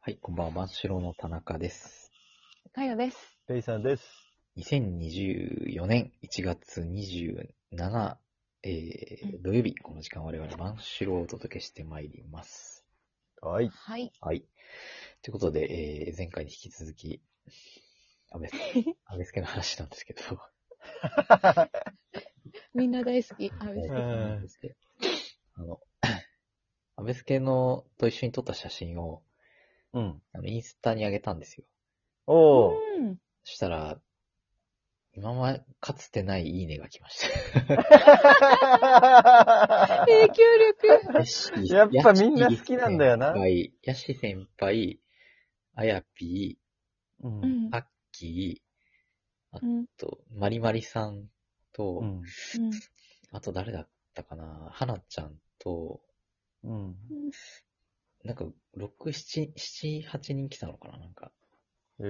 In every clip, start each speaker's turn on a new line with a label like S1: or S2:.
S1: はい、こんばんは、白の田中です。
S2: かよです。
S3: ペイさんです。
S1: 2024年1月27、えー、土曜日、この時間我々、万白をお届けしてまいります。
S3: はい。
S2: はい。
S1: はい。ということで、えー、前回に引き続き、安 倍助、安倍助の話なんですけど、
S2: みんな大好き。あ別に
S1: 安倍助あの、 安倍助のと一緒に撮った写真を、
S3: うん。
S1: あのインスタに上げたんですよ。
S3: おー。
S2: うん。
S1: そしたら、今まで、かつてないいいねが来ました。
S2: 影響力。
S1: ヤッシー
S3: やっぱみんな好きなんだよな
S1: ヤッシー先輩ヤッシー先輩、あやぴ
S3: う。
S2: うんん
S1: ー、。アッキ
S2: うん。
S1: ーと、まりまりさんと、
S3: うん。
S1: あと誰だったかな、はなちゃんと、
S3: うん。
S1: なんか、6、7、7、8人来たのかななんか、
S3: え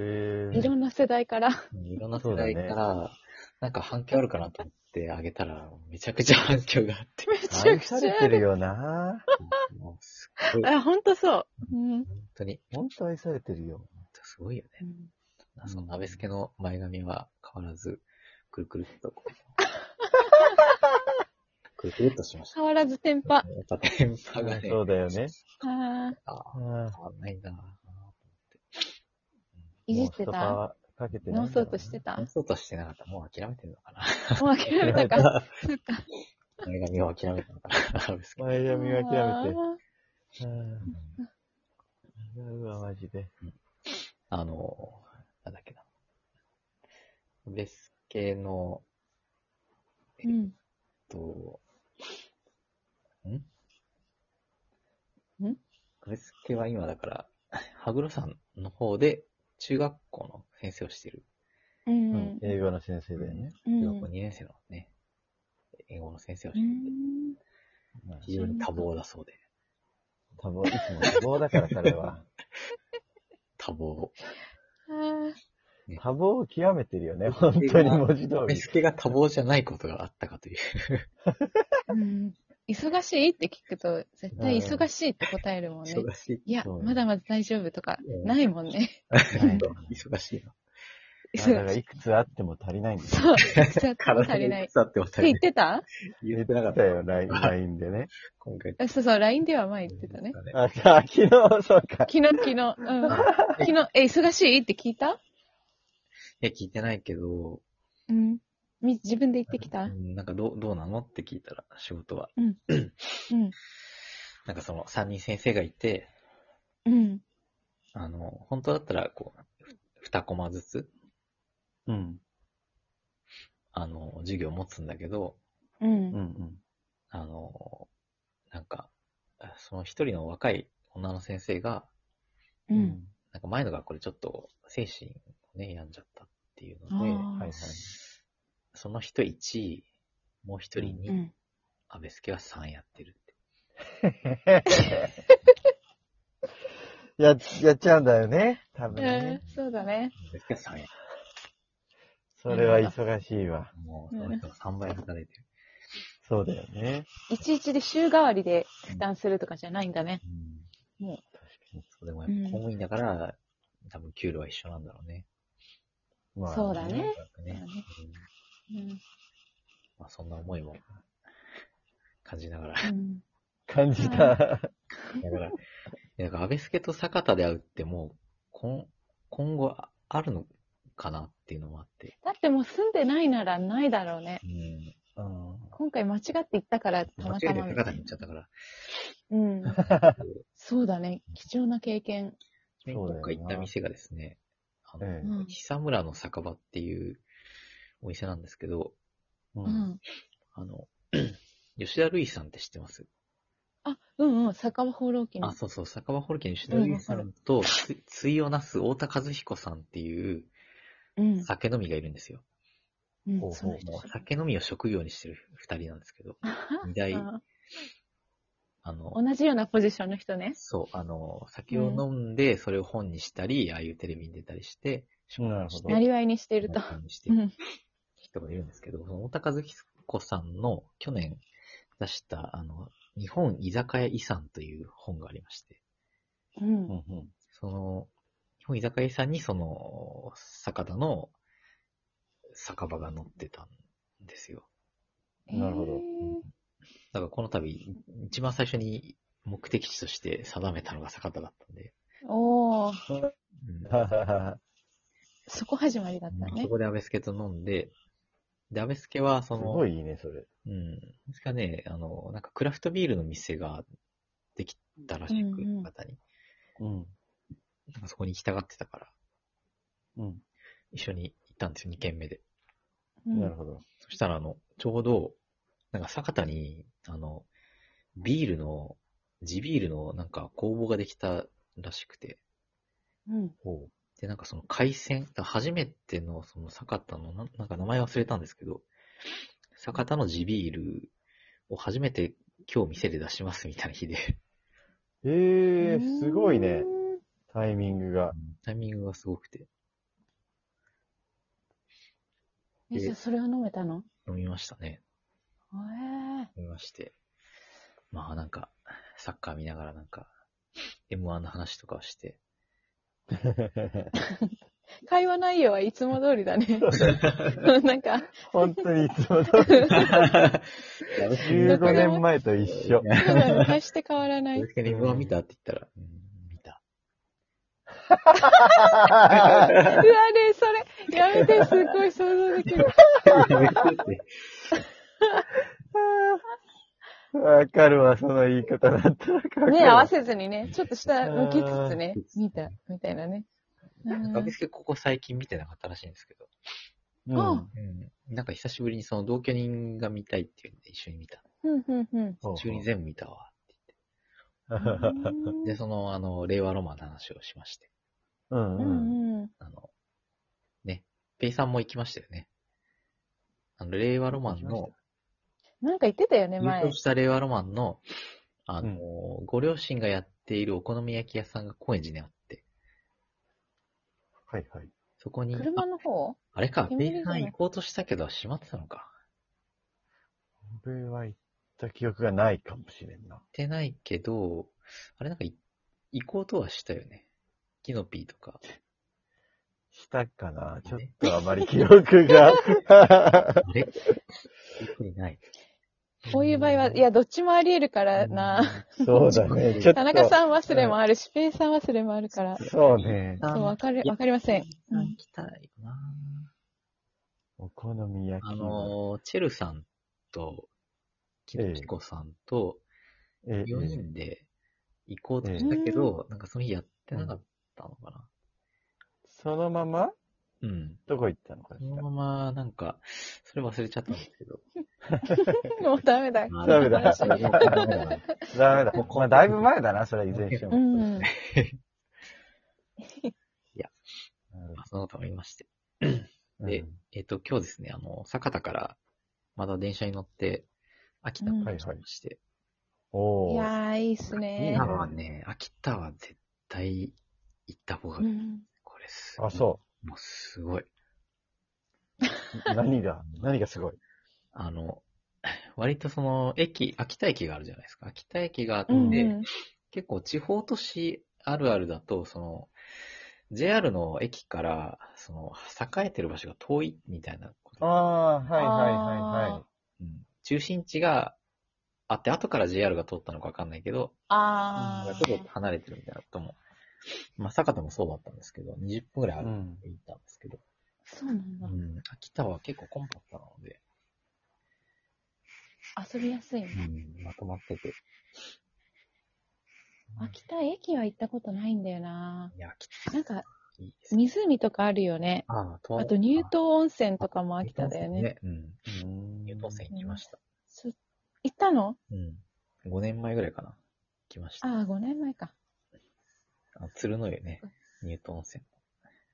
S2: いろんな世代から。
S1: いろんな
S3: そ
S1: 世
S3: うだね
S1: 代から、なんか反響あるかなと思ってあげたら、めちゃくちゃ反響 があって、
S2: ちゃ
S3: 愛
S2: くちゃ
S3: されてるよな
S1: もうすっごい、本
S2: あ、ほんとそう。うん。
S1: 当に、
S3: ほんと愛されてるよ。
S1: すごいよね。その安倍助の前髪は変わらず、くるくるっ とこう。くるくるっとしました。
S2: 変わらずテンパ。
S1: やっぱテンパがね、
S3: そうだよね。
S2: あー
S1: あ
S3: う
S1: ー
S3: ん。
S1: 変わんないんだなぁと思って。
S2: いじって
S3: もう
S2: た。
S3: 一パーかけてない
S2: ノ
S3: ん
S2: ー
S3: だ
S2: ス
S3: ろ
S2: ア
S3: う
S2: ウトしてた
S1: うん。。そうとしてなかった。もう諦めてるのかな。
S2: もう諦めたか。そうか。
S1: 前髪を諦めたのかな。安倍助。
S3: 前髪は諦めて。
S2: あー
S3: うん。うわ、マジで。
S1: あの、なんだっけな。安倍助の、
S2: うん。
S1: と、ん
S2: ん
S1: 安倍助は今だから、羽黒さんの方で中学校の先生をしてる。
S2: う
S3: うんん。。英語の先生だよね。
S2: う
S1: 中学校2
S2: ん。
S1: 年生のね、英語の先生をし
S2: う
S1: てて、
S2: ん
S3: うん
S1: 非常に多忙だそうで。
S3: 多忙、いつも多忙だから、彼 は。
S1: 多忙。
S2: あー
S3: 多忙を極めてるよね。本当に文字通
S1: 安倍
S3: り。
S1: 助が多忙じゃないことがあったかという。
S2: うん忙しいって聞くと、絶対忙しいって答えるもんね。
S1: 忙しい。
S2: いや、
S3: そう
S2: まだまだ大丈夫とか
S1: う、ん
S2: ないもんね。
S3: はい
S1: 忙しいの。
S3: だから、いくつあっても足りないんだ よ
S2: そう、ちょっと足
S1: 体
S2: り
S1: に
S2: ない。っ
S1: 腐っても足
S2: て
S1: り
S2: 言っ
S1: ない。
S2: てた
S1: 言ってなか
S3: だ
S1: った。
S3: よ、ライ ンラインでね。
S1: 今回。
S2: あそうそう、LINE では前言ってたね。
S3: あ、あ昨日、そうか。
S2: 昨日、昨 日、うん。昨日、え、忙しいって聞いた
S1: いや、聞いてないけど、
S2: うん。み自分で言ってきた
S1: う
S2: うん
S1: なんかどう、どうなのって聞いたら、仕事は。
S2: ん。
S1: なんかその、3人先生がいて、
S2: うん。
S1: あの、本当だったら、こう、ふ2コマずつ、
S3: うん、
S1: あの、授業を持つんだけど、
S2: うん
S3: う。ん、
S1: あの、なんか、その一人の若い女の先生が、
S2: う。。
S3: うん
S1: なんか前の学校でちょっと精神をね、病んじゃったっていうので、
S2: あ
S3: はいはい
S2: ー。
S1: その人1位、もう一人に、
S2: う
S1: 安
S2: ん。
S1: 倍助は3やってるって。
S3: や、やっちゃうんだよね。多
S2: う
S3: 分
S2: ん
S3: ね。
S2: そうだね。
S1: 安倍助は3やって
S3: それは忙しいわ。
S1: る。もう、その人の3倍働いてる。
S3: そうだよね。
S2: いちいちで週替わりで負担するとかじゃないんだね。
S1: うん。
S2: も
S1: う、確かに。そうでもやっぱ公務員だから、多分給料は一緒なんだろうね。
S3: まあ、
S2: そうだね
S1: おそらくね。
S2: そ
S1: う
S2: うだ
S1: ん
S2: ねうん。
S1: まあ、そんな思いも感じながら。
S2: うん
S3: 感じた。
S1: だから、いやだから安倍助と坂田で会うってもう、今今後ああるのかなっていうのもあって。
S2: だってもう住んでないならないだろうね。
S1: うん。
S3: うん。
S2: 今回間違って行ったから、た
S1: 間
S2: ま
S1: 違
S2: た
S1: えて
S2: ま。
S1: 坂田に行っちゃったから。
S2: うん。 そうだね。貴重な経験。
S1: ちなみに
S3: そうだ
S1: 今
S3: よな
S1: 回行った店がですね、あの、
S3: え
S2: うん。
S1: 久村の酒場っていうお店なんですけど、
S3: え。う
S2: う。ん。
S1: あの、 吉田類さんって知ってます
S2: あ、うんうん。酒場放浪記の
S1: あ、。そうそう、酒場ホルケン吉田類さんと、つついをなす太田和彦さんっていう
S2: うん。
S1: 酒飲みがいるんですよ。
S2: うん
S3: ほうほう
S2: その人
S1: もう酒飲みを職業にしてる二人なんですけど、二大、
S2: あ
S1: あの、
S2: 同じようなポジションの人ね。
S1: そう、あの、酒を飲んで、それを本にしたり、ああいうテレビに出たりして、
S3: なるほど
S2: なりわいにしていると。
S1: 本にして
S2: う
S1: る
S2: ん。
S1: 人がいるんですけど、その太田和彦さんの去年出した、あの、日本居酒屋遺産という本がありまして、
S2: うん
S3: うん
S1: その、基本居酒屋さんにその、酒田の酒場が載ってたんですよ。
S3: なるほど
S2: えー
S1: だからこの度、一番最初に目的地として定めたのが酒田だったんで、
S2: お
S1: う
S2: ー、
S1: ん
S3: ははは
S2: そこ始まりだった
S1: そ
S2: ね。
S1: こで安倍助と飲んで、で、安倍助はそ
S3: す
S1: の、
S3: ごいいいね、それ。
S1: うん。ですかね、あの、なんかクラフトビールの店ができたらしく、
S2: うんうん
S1: 方に。
S3: うん。
S1: なんかそこに行きたがってたから、
S3: うん。
S1: 一緒に行ったんですよ、2軒目で。
S2: うん
S3: なるほど。
S1: そしたら、あの、ちょうど、なんか酒田に、あの、ビールの、地ビールのなんか工房ができたらしくて、
S2: うん。
S1: で、なんかその海鮮、だから初めてのその酒田の、なんなんか名前忘れたんですけど、酒田の地ビールを初めて今日店で出しますみたいな日で、
S3: ええー、すごいね
S2: う。ん
S3: タイミングが。
S1: タイミングがすごくて
S2: え、じゃあそれを飲めたの
S1: 飲みましたね。
S2: えー、
S1: 飲みまして。まあなんか、サッカー見ながらなんか、M1 の話とかをして。
S2: 会話内容はいつも通りだね。 なんか、
S3: 本当にいつ も通り。15
S1: 15
S3: 年前と一緒。
S2: そう だね大して変わらない。
S1: に M1 見たって言ったら、うん、見た。
S2: うわね、それ、やめて、すっごい想像でき る。
S3: わかるわ、その言い方だったらかる
S2: 目合わせずにね、ちょっと下向きつつね、見た、みたいなね。うん
S1: かけすけここ最近見てなかったらしいんですけど、
S3: うん
S2: あ
S1: うん、なんか久しぶりにその同居人が見たいっていうんで一緒に見た。
S2: うんうん うん
S3: そう
S1: 中に全部見たわ。で、その、あの、令和ロマンの話をしまして。
S3: う
S2: うん
S3: うん。
S2: んうん。
S1: あの、ね、ペイさんも行きましたよね。あの、令和ロマン
S3: 行きま
S1: の、
S2: なんか言ってたよね、
S1: 優
S2: 前
S1: 勝。した令和ロマンの、あの、ご両親がやっているお好み焼き屋さんが高円寺にあって、
S3: はいはい。
S1: そこに、あ
S2: 車の方
S1: あれか、ペ
S2: 煙
S1: イ
S2: が
S1: さ
S2: ね
S1: ん行こうとしたけど閉まってたのか。
S3: 俺は行った記憶がないかもしれんな
S1: 行っ。てないけど、あれなんかい行こうとはしたよね。キノピーとか。
S3: したかなちょっとあまり記憶が。
S1: あれ行ってない。
S2: こういう場合は、いや、どっちもあり得るからな。
S3: そうだ ね。ちょっと。
S2: 田中さん忘れもあるし、ペイさん忘れもあるから。
S3: そうね。
S2: そう、わかる、わかりません。うん
S1: 行きたいよな。
S3: お好み焼き。
S1: あのー、チェルさんと、キノピコさんと、
S3: え
S1: 4人で行こうとしたけど、なんかその日やってなかったのか
S3: そのまま
S1: な。うん。
S3: どこ行ったのか
S1: そ
S3: し
S1: の
S3: ら。
S1: まま、なんか、それ忘れちゃったんですけど。
S2: もうダメだ。
S1: まあ
S3: ダメだ
S1: なんか もうダメだ
S3: ダメだ。まあ、だいぶ前だな、それはいずれにして
S2: う
S3: も。
S2: ん。
S1: まあそのことも言いまして。
S3: うん
S1: でえっ、と、今日ですね、あの、酒田から、まだ電車に乗って、秋田から来まして。
S3: お
S2: いや
S3: ー。
S2: ー、いいっす
S3: いい
S2: ね
S1: 秋
S3: な
S1: 田。はね、秋田は絶対行った方が
S2: う、ん
S1: これすごい。。
S3: あ、そう
S1: もうすごい。
S3: う。何が、何がすごい。
S1: あの、 割とその、駅、秋田駅があるじゃないですか。秋田駅があって、
S2: うんうん
S1: 結構地方都市あるあるだと、その、JR の駅から、その、栄えてる場所が遠いみたいなこと。
S3: ああ、はいはいはいはい。
S1: うん中心地があって、後から JR が通ったのかわかんないけど、
S2: あ
S1: なん
S2: あ
S1: か。ちょっと離れてるみたいなことも、まあ、坂田もそうだったんですけど、20分ぐらい歩い
S3: ん。
S1: て行ったんですけど、
S2: そうなん
S1: う
S2: だ。
S1: ん、秋田は結構コンパクトなので、
S2: 遊びやすいね。
S1: うん、まとまってて、
S2: 秋田駅は行ったことないんだよない
S1: や、秋
S2: なん
S1: 田
S2: か、
S1: いいですね。
S2: 湖とかあるよね。
S1: ああ、と
S2: あと、乳頭温泉とかも秋田だよね。。
S1: うん。
S3: う。
S1: 入湯泉行きました。
S2: そ行ったの
S1: うん。5年前ぐらいかな。来ました。
S2: ああ、5年前か。
S1: あ鶴の湯ね。入湯温泉。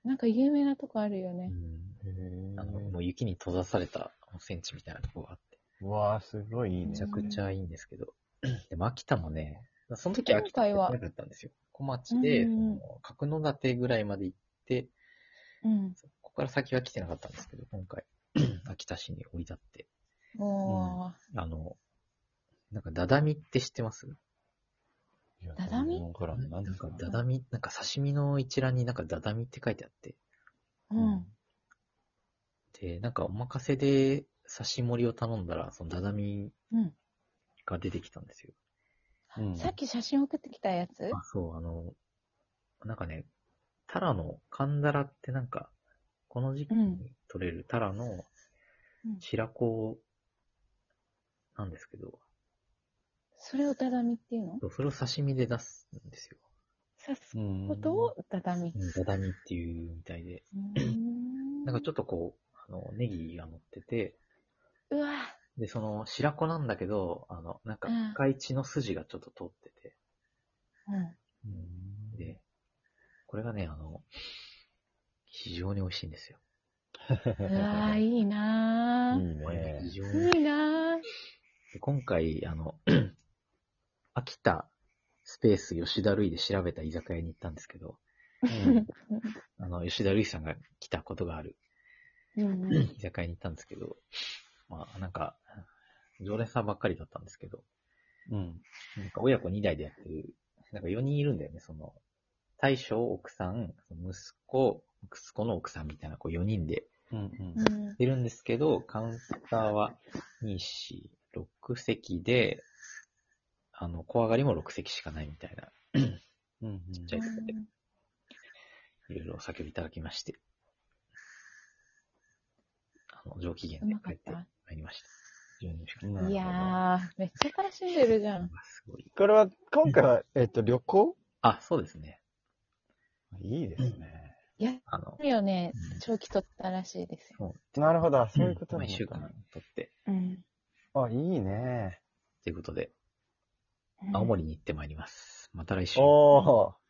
S2: なんか有名なとこあるよね。
S1: うんん。あの、もう雪に閉ざされた温泉地みたいなとこがあって、
S3: うわあ、すごいい
S1: め
S3: いね
S1: ち。ゃくちゃいいんですけど。 でも秋田もね、その時
S2: 今
S1: 秋田
S2: 回は
S1: だったんですよ。小町で、
S2: う
S1: そ
S2: んうん
S1: の角館ぐらいまで行って、
S2: うん。
S1: そこから先は来てなかったんですけど、今回、 秋田市に降り立って、
S2: おー。
S1: あの、なんか、ダダミって知ってます
S3: いや
S2: ダダミ
S3: 全然わからん。何
S1: な
S3: で
S1: ん
S3: すか
S1: か、ダダミ、なんか刺身の一覧になんかダダミって書いてあって、
S2: うん。
S1: で、なんかお任せで刺し盛りを頼んだら、そのダダミ
S2: うん。
S1: が出てきたんですよ。
S3: うん
S2: さっき写真送ってきたやつ
S1: あ、そう、あの、なんかね、タラの、カンダラってなんか、この時期
S2: うん
S1: に取れるタラの
S2: うん
S1: 白子なんですけど、
S2: それをダダミっていうの
S1: そうそれを刺身で出すんですよ。
S2: 刺す
S3: うん
S2: ことをダダミ。
S1: うんダダミっていうみたいで。
S2: うん
S1: なんかちょっとこう、あの、ネギが乗ってて、
S2: うわ
S1: で、その白子なんだけど、あの、なんか
S2: うん
S1: 赤い血の筋がちょっと通ってて、
S2: うん。
S3: うん
S1: で、これがね、あの、非常に美味しいんですよ。
S2: うわぁ、いいない
S3: い
S1: これ
S3: ね
S1: ね。非常に
S2: ぁ。いいなぁ。
S1: で今回、あの、 秋田スペース吉田類で調べた居酒屋に行ったんですけど、
S3: うん
S1: あの、吉田類さんが来たことがある
S2: うんうん
S1: 居酒屋に行ったんですけど、まあ、なんか、常連さんばっかりだったんですけど、
S3: うん。
S1: なんか親子2代でやってる、なんか4人いるんだよね、その、大将、奥さん、その息子、息子の奥さんみたいな、こう4人で
S3: うん。う
S2: う
S3: ん。
S2: ん
S1: いるんですけど、カウンターは2、4、6席で、あの、小上がりも6席しかないみたいな、
S3: うん。
S1: じゃいろいろお酒をいただきまして、あの、上機嫌
S2: う
S1: で
S2: まか
S1: 帰
S2: っ
S1: ってま
S2: た
S1: いりました。非常に美味しかっ
S3: なるほ
S1: た。
S3: ど
S2: いやー、めっちゃ楽しんでるじゃん。
S1: すごい。
S3: これは、今回は、えっと、旅行
S1: あ、そうですね。
S3: いいですね。
S2: や
S1: あの、
S2: るよね、長期取ったらしいですよ。
S3: なるほど、そういうこと
S1: まあ
S3: な
S1: 一
S3: の
S1: 週
S3: か
S1: 間撮って、
S2: うん。
S3: あ、いいね。
S1: ということで、青森に行ってまいります。また来週。
S3: おー。